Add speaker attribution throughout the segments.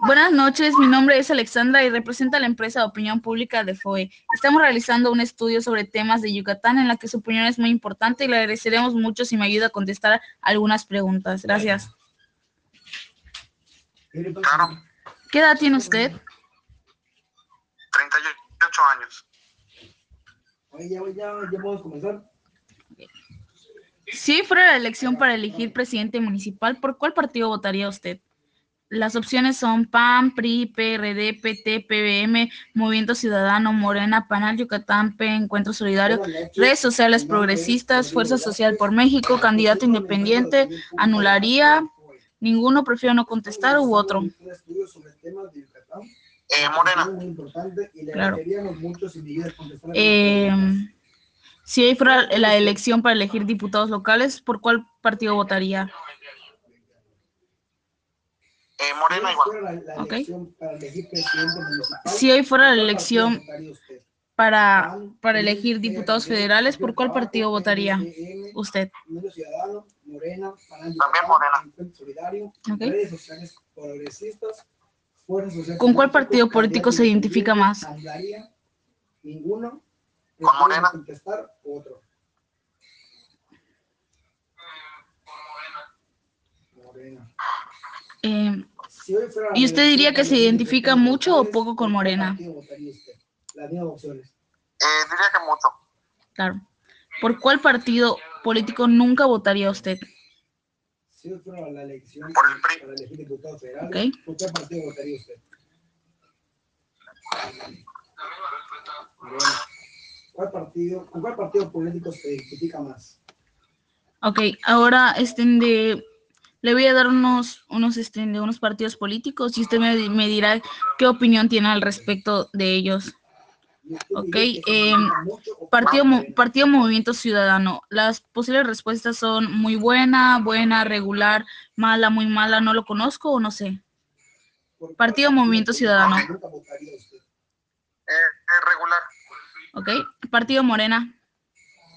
Speaker 1: Buenas noches, mi nombre es Alexandra y representa a la empresa de opinión pública de FOE. Estamos realizando un estudio sobre temas de Yucatán en la que su opinión es muy importante y le agradeceremos mucho si me ayuda a contestar algunas preguntas. Gracias.
Speaker 2: Claro,
Speaker 1: ¿Qué edad tiene usted?
Speaker 2: 38 años.
Speaker 3: Oye, ya, ya, ya podemos comenzar.
Speaker 1: Si fuera la elección para elegir presidente municipal, ¿por cuál partido votaría usted? Las opciones son PAN, PRI, PRD, PT, PBM, Movimiento Ciudadano, Morena, Panal, Yucatán, P, Encuentro Solidario, Redes Sociales Progresistas, Fuerza Social por México, Candidato Independiente, Anularía, Ninguno, prefiero no contestar u otro.
Speaker 3: Un estudio sobre temas de Yucatán. Ah,
Speaker 2: Eh, Morena,
Speaker 3: Muy importante y le
Speaker 1: Claro.
Speaker 3: agradeceríamos mucho si pudieras contestar.
Speaker 1: Eh, si hoy fuera la elección para elegir diputados locales, ¿por cuál partido votaría?
Speaker 2: eh, Morena igual.
Speaker 3: Fuera la- la
Speaker 1: ok.
Speaker 3: elección para elegir presidente municipal,
Speaker 1: Si hoy fuera la
Speaker 3: ¿cuál
Speaker 1: elección
Speaker 3: partido votaría usted?
Speaker 1: para,
Speaker 3: PAN,
Speaker 1: para
Speaker 3: PRI,
Speaker 1: elegir
Speaker 3: PRD,
Speaker 1: diputados federales, ¿por cuál
Speaker 3: Trabajo,
Speaker 1: partido votaría
Speaker 3: PRM,
Speaker 1: usted?
Speaker 3: Movimiento Ciudadano, Morena, Panal Yucatán,
Speaker 2: También Morena.
Speaker 3: Encuentro Solidario,
Speaker 1: Ok.
Speaker 3: redes sociales progresistas, Fuerza Social
Speaker 1: ¿Con cuál
Speaker 3: Democrática,
Speaker 1: partido político se
Speaker 3: Candidato
Speaker 1: identifica más?
Speaker 3: Andaría, ninguno.
Speaker 2: Con
Speaker 3: Prefiero
Speaker 2: Morena.
Speaker 3: Contestar otro.
Speaker 2: Mm,
Speaker 3: Morena.
Speaker 1: Eh,
Speaker 3: Si hoy fuera la
Speaker 1: ¿Y usted
Speaker 3: elección
Speaker 1: diría que
Speaker 3: para
Speaker 1: se
Speaker 3: elegir
Speaker 1: identifica
Speaker 3: presidente
Speaker 1: mucho o
Speaker 3: municipales,
Speaker 1: poco con
Speaker 3: ¿por cuál
Speaker 1: Morena?
Speaker 3: partido votaría usted? Las mismas opciones.
Speaker 2: Eh, diría que mucho.
Speaker 1: claro. ¿Por cuál partido político nunca votaría usted?
Speaker 3: Si hoy fuera la elección
Speaker 2: Por el PRI.
Speaker 3: para elegir diputados federales,
Speaker 1: Ok.
Speaker 3: ¿por qué partido votaría usted? Bueno, ¿Cuál partido, ¿Con cuál partido político se identifica más?
Speaker 1: Ok, ahora este, de, le voy a dar unos, unos, este, de unos partidos políticos y usted me, me dirá qué opinión tiene al respecto de ellos. Ok, eh, Partido, Mo- Partido Movimiento Ciudadano. Las posibles respuestas son muy buena, buena, regular, mala, muy mala, no lo conozco o no sé. Partido Movimiento Ciudadano.
Speaker 3: Nunca votaría usted.
Speaker 2: Eh, eh, regular,
Speaker 1: ¿Ok? Partido Morena.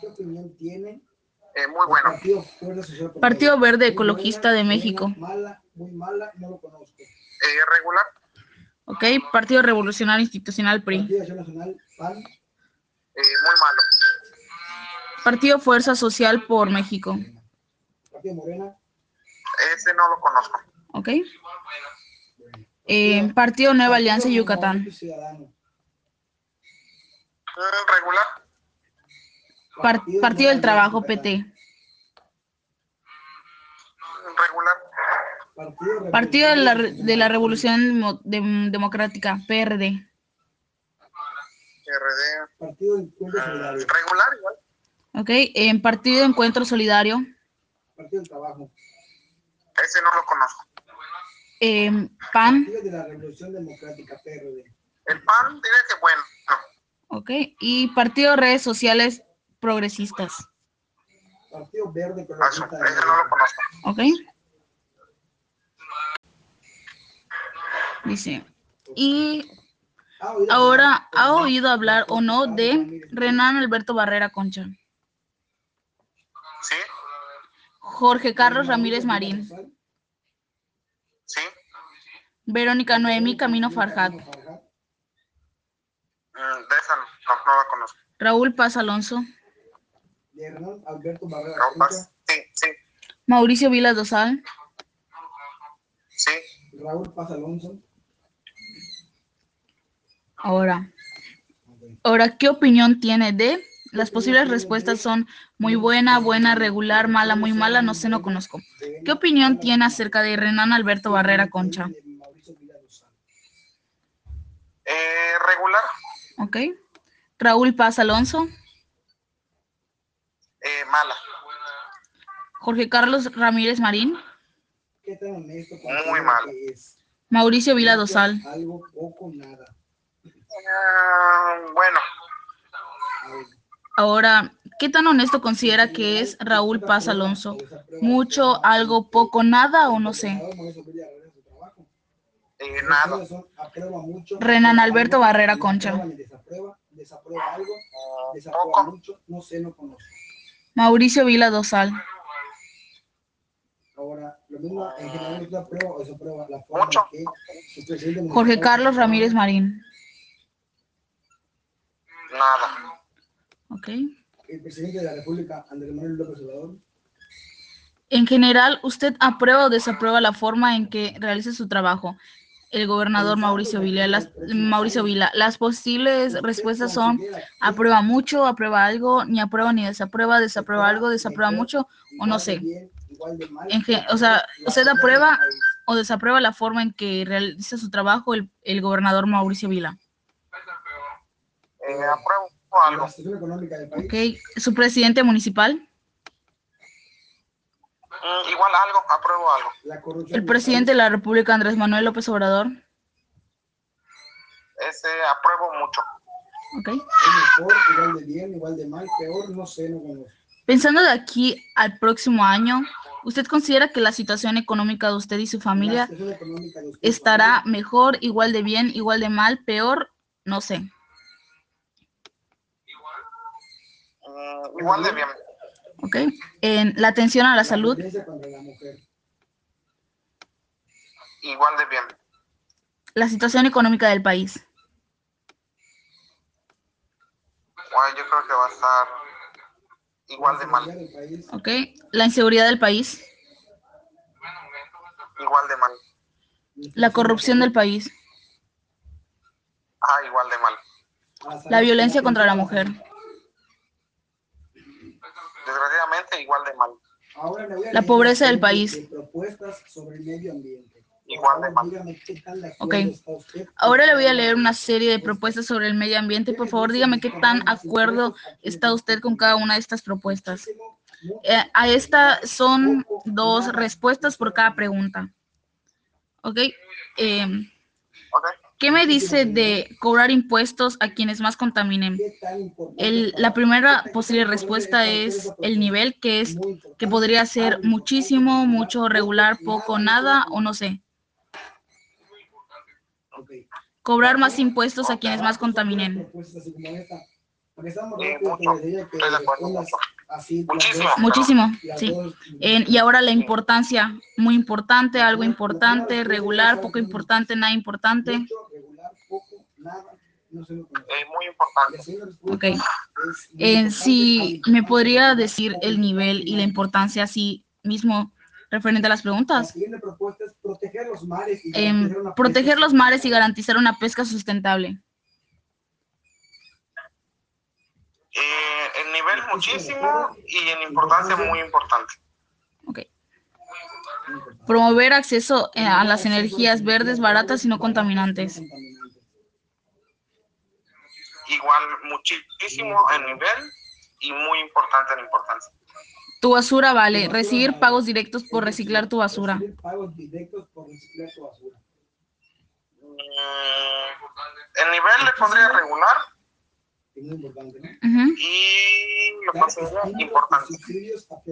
Speaker 3: ¿Qué opinión tiene?
Speaker 2: eh, muy
Speaker 3: del
Speaker 2: bueno.
Speaker 3: Partido, Fuerza Social Popular?
Speaker 1: Partido Verde
Speaker 3: Muy
Speaker 1: Ecologista de
Speaker 3: buena,
Speaker 1: México.
Speaker 3: buena, mala, muy mala, no lo conozco.
Speaker 2: Eh, regular,
Speaker 1: ¿Ok? Partido Revolucionario Institucional PRI.
Speaker 3: Partido de Acción Nacional, PAN,
Speaker 2: eh, muy malo.
Speaker 1: Partido Fuerza Social por México.
Speaker 3: Partido Morena,
Speaker 2: Ese no lo conozco.
Speaker 1: ¿Ok? Eh, Partido Nueva Alianza
Speaker 3: Partido
Speaker 1: Yucatán.
Speaker 3: Movimiento Ciudadano,
Speaker 2: Mm, regular,
Speaker 1: Par- Partido
Speaker 3: Nueva
Speaker 1: del Trabajo
Speaker 3: Alianza Yucatán,
Speaker 1: PT.
Speaker 2: mm, regular,
Speaker 3: Partido,
Speaker 1: Partido de la,
Speaker 3: Revolucionario
Speaker 1: de la
Speaker 3: Nacional,
Speaker 1: Revolución Demo- Dem- Democrática PRD.
Speaker 2: RD,
Speaker 3: Partido Encuentro Solidario,
Speaker 2: mm, regular igual.
Speaker 1: ¿Ok? Eh, Partido Encuentro Solidario.
Speaker 3: Partido del Trabajo,
Speaker 2: Ese no lo conozco.
Speaker 1: eh, PAN.
Speaker 3: Partido de la Revolución Democrática, PRD,
Speaker 2: El PAN diría que bueno.
Speaker 1: Ok, y Partido Redes Sociales Progresistas.
Speaker 3: Partido Verde
Speaker 2: Paso,
Speaker 3: Ecologista de
Speaker 2: ese no lo
Speaker 3: México,
Speaker 2: conozco.
Speaker 1: Ok. Dice, y
Speaker 3: ¿Ha oído
Speaker 1: ahora, ah,
Speaker 3: hablar
Speaker 1: ¿ha
Speaker 3: o no
Speaker 1: oído hablar o no
Speaker 3: Pablo
Speaker 1: de
Speaker 3: Ramírez?
Speaker 1: Renan Alberto Barrera Concha,
Speaker 2: Sí,
Speaker 1: Jorge Carlos
Speaker 3: Manuel
Speaker 1: Ramírez
Speaker 3: González,
Speaker 1: Marín,
Speaker 2: sí,
Speaker 1: Verónica Noemi Camino Farjat,
Speaker 3: Camino Farjat,
Speaker 2: mm, de esa no, no la conozco.
Speaker 1: Raúl Paz Alonso,
Speaker 3: de Hernán Alberto Barrera
Speaker 2: Ropas,
Speaker 3: Concha,
Speaker 2: sí, sí,
Speaker 1: Mauricio Vilas Dosal,
Speaker 2: sí.
Speaker 3: Raúl Paz Alonso,
Speaker 1: ahora. Ahora, ¿qué opinión tiene de? Las posibles respuestas son muy buena, buena, regular, mala, muy mala, no sé, no conozco. ¿Qué opinión tiene acerca de Renan Alberto Barrera Concha?
Speaker 2: Eh, regular,
Speaker 1: ¿Ok? Raúl Paz Alonso,
Speaker 2: eh, mala.
Speaker 1: Jorge Carlos Ramírez Marín,
Speaker 3: ¿Qué tan honesto
Speaker 2: Muy mal.
Speaker 3: que es?
Speaker 1: Mauricio Vila Dosal,
Speaker 3: Algo, poco, nada.
Speaker 2: Ah, bueno,
Speaker 3: Algo.
Speaker 1: Ahora, ¿qué tan honesto considera que es Raúl Paz Alonso? ¿Mucho, algo, poco, nada o no sé?
Speaker 2: eh, nada.
Speaker 1: Renan Alberto Barrera Concha.
Speaker 3: Desaprueba, desaprueba algo,
Speaker 2: Mm,
Speaker 3: desaprueba
Speaker 2: poco,
Speaker 3: mucho, no sé, no conozco.
Speaker 1: Mauricio Vila Dosal,
Speaker 3: Ahora, Lo mismo, en general, es la prueba, o esa prueba, la forma
Speaker 2: Mucho.
Speaker 3: que el
Speaker 1: Jorge
Speaker 3: presidente municipal-
Speaker 1: Carlos Ramírez Marín.
Speaker 2: Nada.
Speaker 1: Ok.
Speaker 3: El presidente de la República, Andrés Manuel López Obrador.
Speaker 1: En general, ¿usted aprueba o desaprueba la forma en que realiza su trabajo? El gobernador Mauricio Vila. Las, Mauricio Vila. Las posibles respuestas son aprueba mucho, aprueba algo, ni aprueba ni desaprueba, desaprueba algo, desaprueba mucho o no sé. En ge- o sea, ¿usted aprueba o desaprueba la forma en que realiza su trabajo el, el gobernador Mauricio Vila.
Speaker 2: Eh, apruebo
Speaker 3: La
Speaker 2: algo.
Speaker 3: situación económica del país.
Speaker 1: Ok. Su presidente municipal.
Speaker 2: Mm, Igual algo, apruebo algo.
Speaker 3: La corrupción.
Speaker 1: El presidente de la República, Andrés Manuel López Obrador.
Speaker 2: Ese apruebo mucho.
Speaker 1: Ok.
Speaker 3: Es mejor, igual de bien, igual de mal, peor, no sé, no conozco.
Speaker 1: Pensando de aquí al próximo año, ¿usted considera que la situación económica de usted y su
Speaker 3: La
Speaker 1: familia
Speaker 3: situación económica de usted,
Speaker 1: estará
Speaker 3: familia,
Speaker 1: mejor, igual de bien, igual de mal, peor? No sé.
Speaker 2: Mm, Igual de bien.
Speaker 1: Ok. En la atención a la salud,
Speaker 3: violencia contra la mujer.
Speaker 2: Igual de bien.
Speaker 1: la situación económica del país.
Speaker 2: Ay, yo creo que va a estar igual de mal.
Speaker 3: Seguridad del país,
Speaker 1: Ok. La inseguridad del país,
Speaker 2: Igual de mal.
Speaker 1: la corrupción del país,
Speaker 2: Ah, igual de mal.
Speaker 3: salud,
Speaker 1: la violencia contra la mujer.
Speaker 2: Desgraciadamente, igual de mal.
Speaker 3: Ahora le voy a
Speaker 1: La
Speaker 3: leer
Speaker 1: pobreza del
Speaker 3: una serie
Speaker 1: país.
Speaker 3: de Propuestas sobre el medio ambiente. Por
Speaker 2: Igual de
Speaker 3: favor,
Speaker 2: mal.
Speaker 3: dígame qué tan de acuerdo
Speaker 1: Ok.
Speaker 3: está usted.
Speaker 1: Ahora le voy a leer una serie de propuestas sobre el medio ambiente. Por favor, dígame qué tan acuerdo está usted con cada una de estas propuestas. Eh, a esta son dos respuestas por cada pregunta. ¿Ok? em,
Speaker 2: Ok.
Speaker 1: ¿Qué me dice de cobrar impuestos a quienes más contaminen?
Speaker 3: ¿Qué tan importante este
Speaker 1: El-
Speaker 3: para
Speaker 1: la primera
Speaker 3: usted? ¿Qué
Speaker 1: posible
Speaker 3: tan
Speaker 1: respuesta
Speaker 3: importante para usted
Speaker 1: es
Speaker 3: esa
Speaker 1: el
Speaker 3: propuesta?
Speaker 1: nivel, que es
Speaker 3: Muy importante.
Speaker 1: que podría ser
Speaker 3: Algo importante,
Speaker 1: muchísimo,
Speaker 3: regular,
Speaker 1: mucho,
Speaker 3: poco,
Speaker 1: regular, poco, nada o no sé.
Speaker 3: Ok.
Speaker 1: Cobrar más impuestos a quienes más
Speaker 3: Trabajo, son
Speaker 1: contaminen.
Speaker 3: propuestas así como esta. Porque estamos
Speaker 2: Eh,
Speaker 3: rápido,
Speaker 2: mucho.
Speaker 3: te diría que
Speaker 2: Estoy de acuerdo,
Speaker 3: respondas
Speaker 2: mucho.
Speaker 3: así, las
Speaker 2: Muchísimo.
Speaker 3: dos-
Speaker 1: Muchísimo,
Speaker 3: las
Speaker 1: sí.
Speaker 3: dos-
Speaker 1: En- y ahora la importancia, muy importante, algo importante, regular, poco importante, nada importante.
Speaker 3: Mucho, regular, poco, nada, no sé lo que-
Speaker 2: Es eh, muy importante.
Speaker 3: Y así la respuesta
Speaker 1: Ok.
Speaker 3: es
Speaker 1: En
Speaker 3: muy importante,
Speaker 1: si me
Speaker 3: importante,
Speaker 1: podría
Speaker 3: importante,
Speaker 1: decir el
Speaker 3: importante,
Speaker 1: nivel y la
Speaker 3: importante.
Speaker 1: importancia así mismo referente a las
Speaker 3: La
Speaker 1: preguntas.
Speaker 3: siguiente propuesta es proteger los mares y
Speaker 1: Em,
Speaker 3: garantizar una
Speaker 1: proteger
Speaker 3: pesca
Speaker 1: los mares y
Speaker 3: sustentable.
Speaker 1: garantizar una pesca sustentable.
Speaker 2: Eh, el nivel muchísimo y en importancia muy importante.
Speaker 1: Promover acceso eh, a las energías verdes, baratas y no contaminantes.
Speaker 2: Igual muchísimo en nivel y muy importante en importancia.
Speaker 1: Tu basura vale. Recibir pagos directos por reciclar tu basura.
Speaker 3: Recibir pagos directos por reciclar tu basura.
Speaker 2: Mm, el nivel le pondría regular
Speaker 3: Es muy importante, ¿no?
Speaker 1: Ujú.
Speaker 2: y le
Speaker 3: Dar
Speaker 2: pondría
Speaker 3: estímulos y
Speaker 2: importante.
Speaker 3: subsidios a productos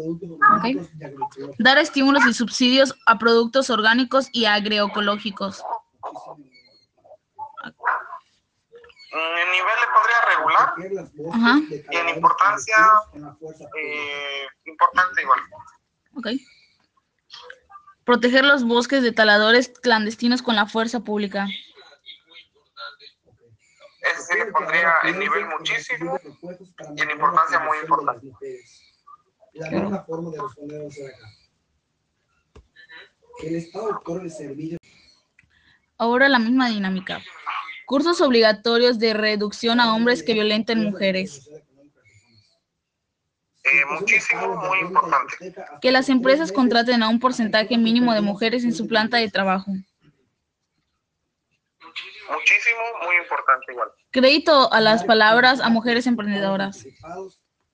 Speaker 3: orgánicos y agroecológicos.
Speaker 1: Dar estímulos y subsidios a productos orgánicos y agroecológicos.
Speaker 2: Mm, el nivel le pondría regular,
Speaker 3: Proteger las voces
Speaker 1: Ajá.
Speaker 3: de
Speaker 2: Y en
Speaker 3: cazadores
Speaker 2: importancia,
Speaker 3: colectivos con la fuerza pública.
Speaker 2: eh, importante igual.
Speaker 1: Ok. Proteger los bosques de taladores clandestinos con la fuerza pública.
Speaker 2: Ese sí le pondría el nivel muchísimo
Speaker 3: y
Speaker 2: y en importancia muy importante.
Speaker 3: La
Speaker 1: Claro.
Speaker 3: misma forma de responder va a ser acá. Que El Estado otorgue el servicio
Speaker 1: Ahora la misma dinámica. Cursos obligatorios de reducción a hombres que violenten mujeres.
Speaker 2: Eh, muchísimo, muy importante.
Speaker 1: Que las empresas contraten a un porcentaje mínimo de mujeres en su planta de trabajo.
Speaker 2: Muchísimo, muy importante igual.
Speaker 1: Crédito a las palabras a mujeres emprendedoras.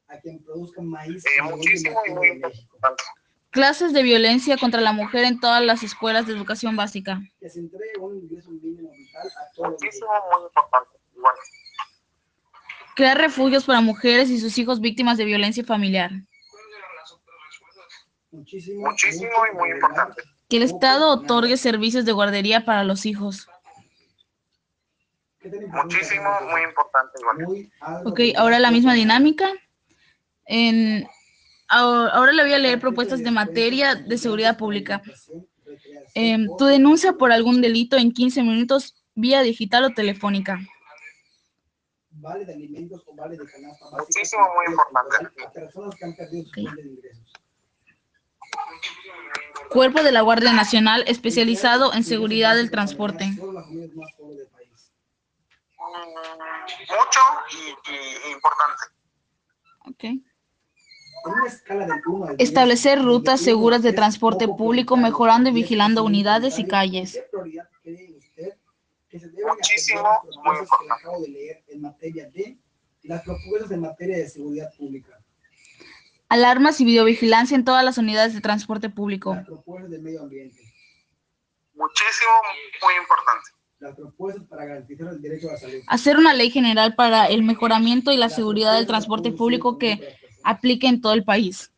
Speaker 3: A quien produzca maíz.
Speaker 2: Eh,
Speaker 3: orgullo
Speaker 2: muchísimo y
Speaker 3: nativo
Speaker 2: muy
Speaker 3: de México.
Speaker 2: importante.
Speaker 1: Clases de violencia contra la mujer en todas las escuelas de educación básica.
Speaker 3: Que se entregue un ingreso mínimo vital a todos los
Speaker 2: Muchísimo, muy importante igual.
Speaker 1: Crear refugios para mujeres y sus hijos víctimas de violencia familiar.
Speaker 3: Muchísimo,
Speaker 2: Muchísimo
Speaker 3: mucho,
Speaker 2: y muy
Speaker 3: regular,
Speaker 2: importante.
Speaker 1: Que el Estado otorgue servicios de guardería para los hijos.
Speaker 3: ¿qué tan importante es
Speaker 2: Muchísimo,
Speaker 3: eso?
Speaker 2: muy importante igual.
Speaker 3: Muy alto
Speaker 1: Ok, ahora la misma dinámica. En ahora, ahora le voy a leer propuestas de materia de seguridad pública. Em, tu denuncia por algún delito en 15 minutos vía digital o telefónica.
Speaker 3: Vale de alimentos o vale de canasta básica.
Speaker 2: Muchísimo, muy importante.
Speaker 3: A personas que han perdido sus fuentes de ingresos.
Speaker 1: Cuerpo de la Guardia Nacional especializado en seguridad del transporte.
Speaker 3: Solo las comunidades más pobres del país.
Speaker 2: Mm, Mucho y, y importante.
Speaker 1: Ok.
Speaker 3: En una escala del 1 al 10,
Speaker 1: Establecer rutas
Speaker 3: donde uno
Speaker 1: seguras de
Speaker 3: es
Speaker 1: transporte
Speaker 3: poco
Speaker 1: público,
Speaker 3: prioritario,
Speaker 1: mejorando y
Speaker 3: diez
Speaker 1: vigilando
Speaker 3: es
Speaker 1: unidades y
Speaker 3: prioritario,
Speaker 1: calles.
Speaker 3: ¿qué prioridad cree usted que se deben atender
Speaker 2: Muchísimo,
Speaker 3: las
Speaker 2: muy
Speaker 3: propuestas que le
Speaker 2: importante.
Speaker 3: acabo de leer en materia de las propuestas en materia de seguridad pública,
Speaker 1: Alarmas y videovigilancia en todas las unidades de transporte público.
Speaker 3: las propuestas del medio ambiente,
Speaker 2: Muchísimo, muy importante.
Speaker 3: las propuestas para garantizar el derecho a la salud.
Speaker 1: Hacer una ley general para el mejoramiento y la seguridad del transporte público que aplique en todo el país.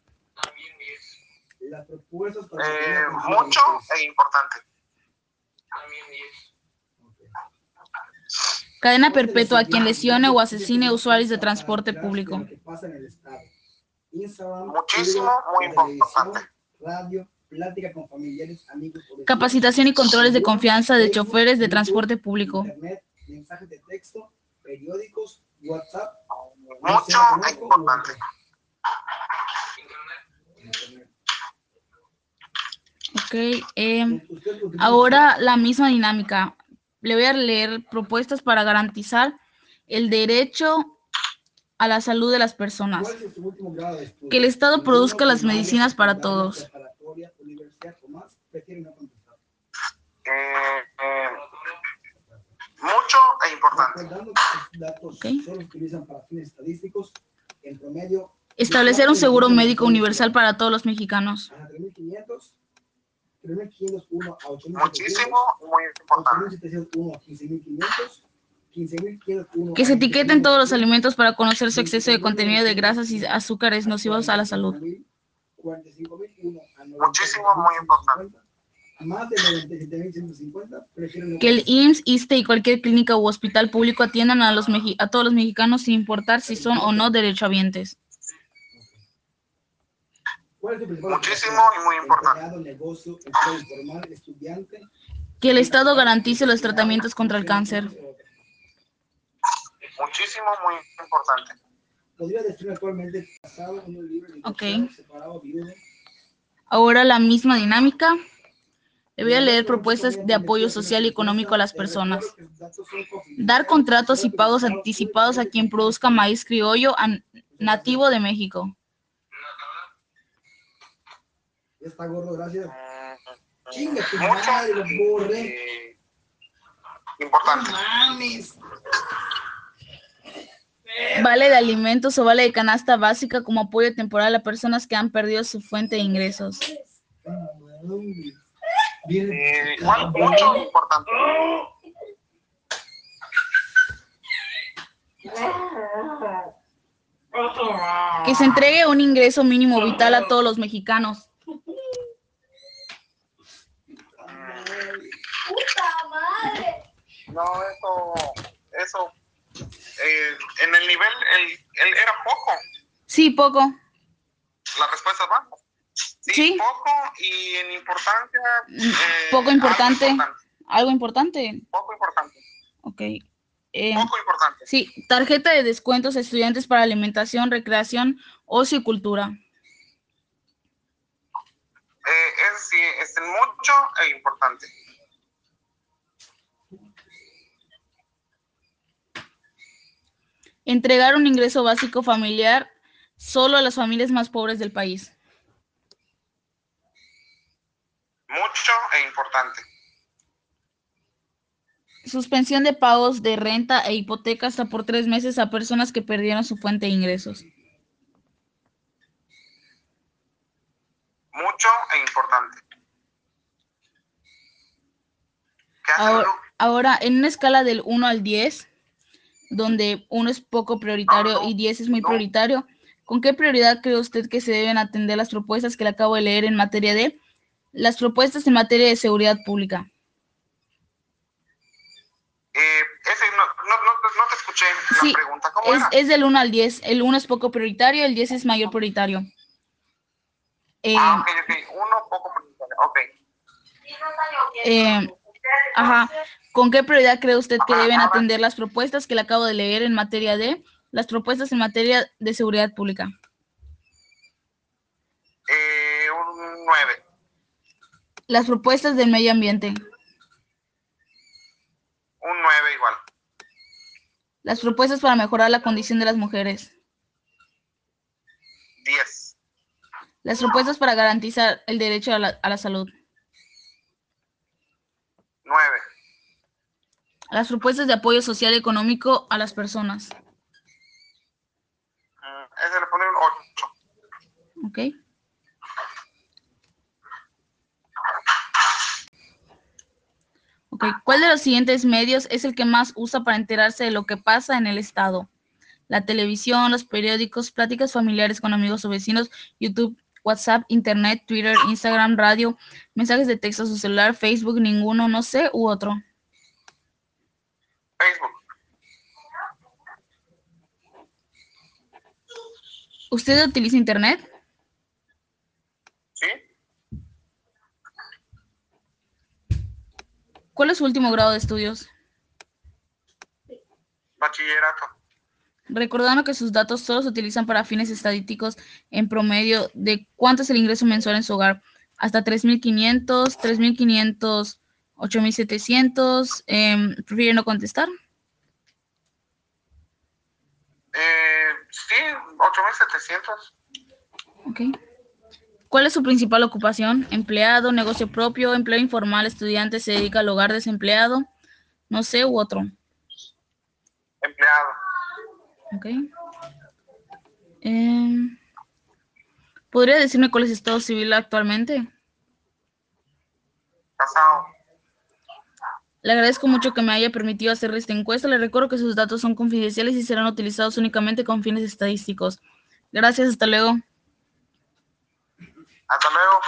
Speaker 3: Las propuestas para
Speaker 2: Eh,
Speaker 3: la atención a
Speaker 2: mucho
Speaker 3: pacientes.
Speaker 2: e importante.
Speaker 3: Ok.
Speaker 1: Cadena perpetua a quien lesione o asesine usuarios de transporte público.
Speaker 3: Lo que pasa en el estado. Instagram,
Speaker 2: Muchísimo,
Speaker 3: Twitter,
Speaker 2: muy
Speaker 3: la televisión,
Speaker 2: importante.
Speaker 3: Radio, plática con familiares, amigos. o vecinos,
Speaker 1: Capacitación y controles de confianza de
Speaker 3: Facebook,
Speaker 1: choferes de
Speaker 3: YouTube,
Speaker 1: transporte público.
Speaker 3: Internet, mensajes de texto, periódicos, WhatsApp.
Speaker 2: Mucho e
Speaker 3: mensajes de voz,
Speaker 2: importante.
Speaker 3: Internet.
Speaker 1: Ok, em,
Speaker 3: Usted utiliza-
Speaker 1: ahora la misma dinámica. Le voy a leer propuestas para garantizar el derecho a la salud de las personas.
Speaker 3: ¿Cuál es su último grado de estudio?
Speaker 1: Que el Estado produzca las
Speaker 3: Primaria,
Speaker 1: medicinas para
Speaker 3: secundaria,
Speaker 1: todos.
Speaker 3: preparatoria, universidad o más, prefiere no contestar.
Speaker 2: Eh, eh, mucho e importante.
Speaker 3: Recordando que estos datos
Speaker 1: Ok.
Speaker 3: solo se utilizan para fines estadísticos, en promedio,
Speaker 1: Establecer un seguro médico universal para todos los mexicanos.
Speaker 3: a 3.500, 3.501 a 8.700,
Speaker 2: Muchísimo, muy importante.
Speaker 3: 8.701 a 15.500, 15.501
Speaker 1: Que se
Speaker 3: a
Speaker 1: etiqueten todos los
Speaker 3: 21.500,
Speaker 1: alimentos para conocer su exceso de contenido de grasas y azúcares nocivos a la salud.
Speaker 3: 45.001 a
Speaker 2: Muchísimo, muy importante.
Speaker 3: Más de 97.150 prefieren no
Speaker 1: Que el
Speaker 3: contestar.
Speaker 1: IMSS, ISTE E y cualquier clínica u hospital público atiendan a, los meji- a todos los mexicanos sin importar si son o no derechohabientes.
Speaker 3: ¿Cuál es tu principal
Speaker 2: Muchísimo
Speaker 3: ocupación?
Speaker 2: y muy importante.
Speaker 3: Empleado, negocio, empleo informal, estudiante.
Speaker 1: Que el Estado garantice los tratamientos contra el cáncer.
Speaker 2: Muchísimo, muy importante.
Speaker 3: Podría decir actualmente casado, uno libre, divorciado,
Speaker 1: Ok.
Speaker 3: separado, viudo.
Speaker 1: Ahora la misma dinámica. Le voy a leer propuestas de apoyo social y económico a las
Speaker 3: Te recuerdo
Speaker 1: personas.
Speaker 3: que los datos son confidenciales.
Speaker 1: Dar contratos y pagos anticipados a quien produzca maíz criollo an- nativo de México.
Speaker 3: Ya Está gordo, gracias. Chinga tu madre,
Speaker 2: Mucho
Speaker 3: lo borré.
Speaker 2: e
Speaker 3: No
Speaker 2: importante.
Speaker 3: mames.
Speaker 1: Vale de alimentos o vale de canasta básica como apoyo temporal a personas que han perdido su fuente de ingresos.
Speaker 3: No mames. Bien,
Speaker 2: Eh,
Speaker 3: cabrón.
Speaker 2: mucho importante.
Speaker 1: Que se entregue un ingreso mínimo vital a todos los mexicanos.
Speaker 2: No, eso, eso, eh, en el nivel, el, el- era poco,
Speaker 1: Sí, poco.
Speaker 2: la respuesta es bajo. Sí,
Speaker 1: Sí.
Speaker 2: poco y en importancia.
Speaker 1: Mm,
Speaker 2: eh,
Speaker 1: poco
Speaker 2: algo
Speaker 1: importante. Algo importante.
Speaker 2: Poco importante,
Speaker 1: Ok. Eh,
Speaker 2: poco importante.
Speaker 1: sí, tarjeta de descuentos a estudiantes para alimentación, recreación, ocio y cultura.
Speaker 2: Eh, es, sí, es mucho e importante.
Speaker 1: Entregar un ingreso básico familiar solo a las familias más pobres del país.
Speaker 2: Mucho e importante.
Speaker 1: Suspensión de pagos de renta e hipoteca hasta por tres meses a personas que perdieron su fuente de ingresos.
Speaker 2: Mucho e importante. ¿Qué hace
Speaker 1: Ahora,
Speaker 2: Lulu?
Speaker 1: ahora, en una escala del 1 al 10, donde uno es poco prioritario y 10 es muy prioritario, ¿con qué prioridad cree usted que se deben atender las propuestas que le acabo de leer en materia de las propuestas en materia de seguridad pública?
Speaker 2: Eh, ese no, no, no, te- no te escuché la
Speaker 1: Sí,
Speaker 2: pregunta. ¿Cómo
Speaker 1: Es,
Speaker 2: era?
Speaker 1: es del 1 al 10. El 1 es poco prioritario, el 10 es mayor prioritario. Eh,
Speaker 2: Ah, ok, ok. Uno poco política. Ok.
Speaker 1: eh, ajá. ¿Con qué prioridad cree usted que
Speaker 2: Ajá,
Speaker 1: deben
Speaker 2: Ah, ahora-
Speaker 1: atender las propuestas que le acabo de leer en materia de las propuestas en materia de seguridad pública?
Speaker 2: Eh, un 9.
Speaker 1: Las propuestas del medio ambiente,
Speaker 2: Un 9 igual.
Speaker 1: las propuestas para mejorar la condición de las mujeres,
Speaker 2: 10.
Speaker 1: las propuestas para garantizar el derecho a la, a la salud,
Speaker 2: 9.
Speaker 1: las propuestas de apoyo social y económico a las personas.
Speaker 2: Mm, Ese le pone un 8.
Speaker 1: ¿Ok? Ok, ¿cuál de los siguientes medios es el que más usa para enterarse de lo que pasa en el Estado? La televisión, los periódicos, pláticas familiares con amigos o vecinos, YouTube, WhatsApp, Internet, Twitter, Instagram, radio, mensajes de texto a su celular, Facebook, ninguno, no sé, u otro.
Speaker 2: Facebook.
Speaker 1: ¿Usted utiliza Internet?
Speaker 2: ¿Sí?
Speaker 1: ¿Cuál es su último grado de estudios?
Speaker 2: Bachillerato.
Speaker 1: Recordando que sus datos solo se utilizan para fines estadísticos en promedio de cuánto es el ingreso mensual en su hogar, hasta 3.500, 3.500, 8.700, em, prefiere no contestar.
Speaker 2: Eh, sí, 8700.
Speaker 1: Ok. ¿Cuál es su principal ocupación? ¿Empleado, negocio propio, empleo informal, estudiante, se dedica al hogar desempleado? No sé, u otro.
Speaker 2: Empleado.
Speaker 1: Ok. Em, ¿Podría decirme cuál es su estado civil actualmente?
Speaker 2: Casado.
Speaker 1: Le agradezco mucho que me haya permitido hacer esta encuesta. Le recuerdo que sus datos son confidenciales y serán utilizados únicamente con fines estadísticos. Gracias, hasta luego.
Speaker 2: Hasta luego.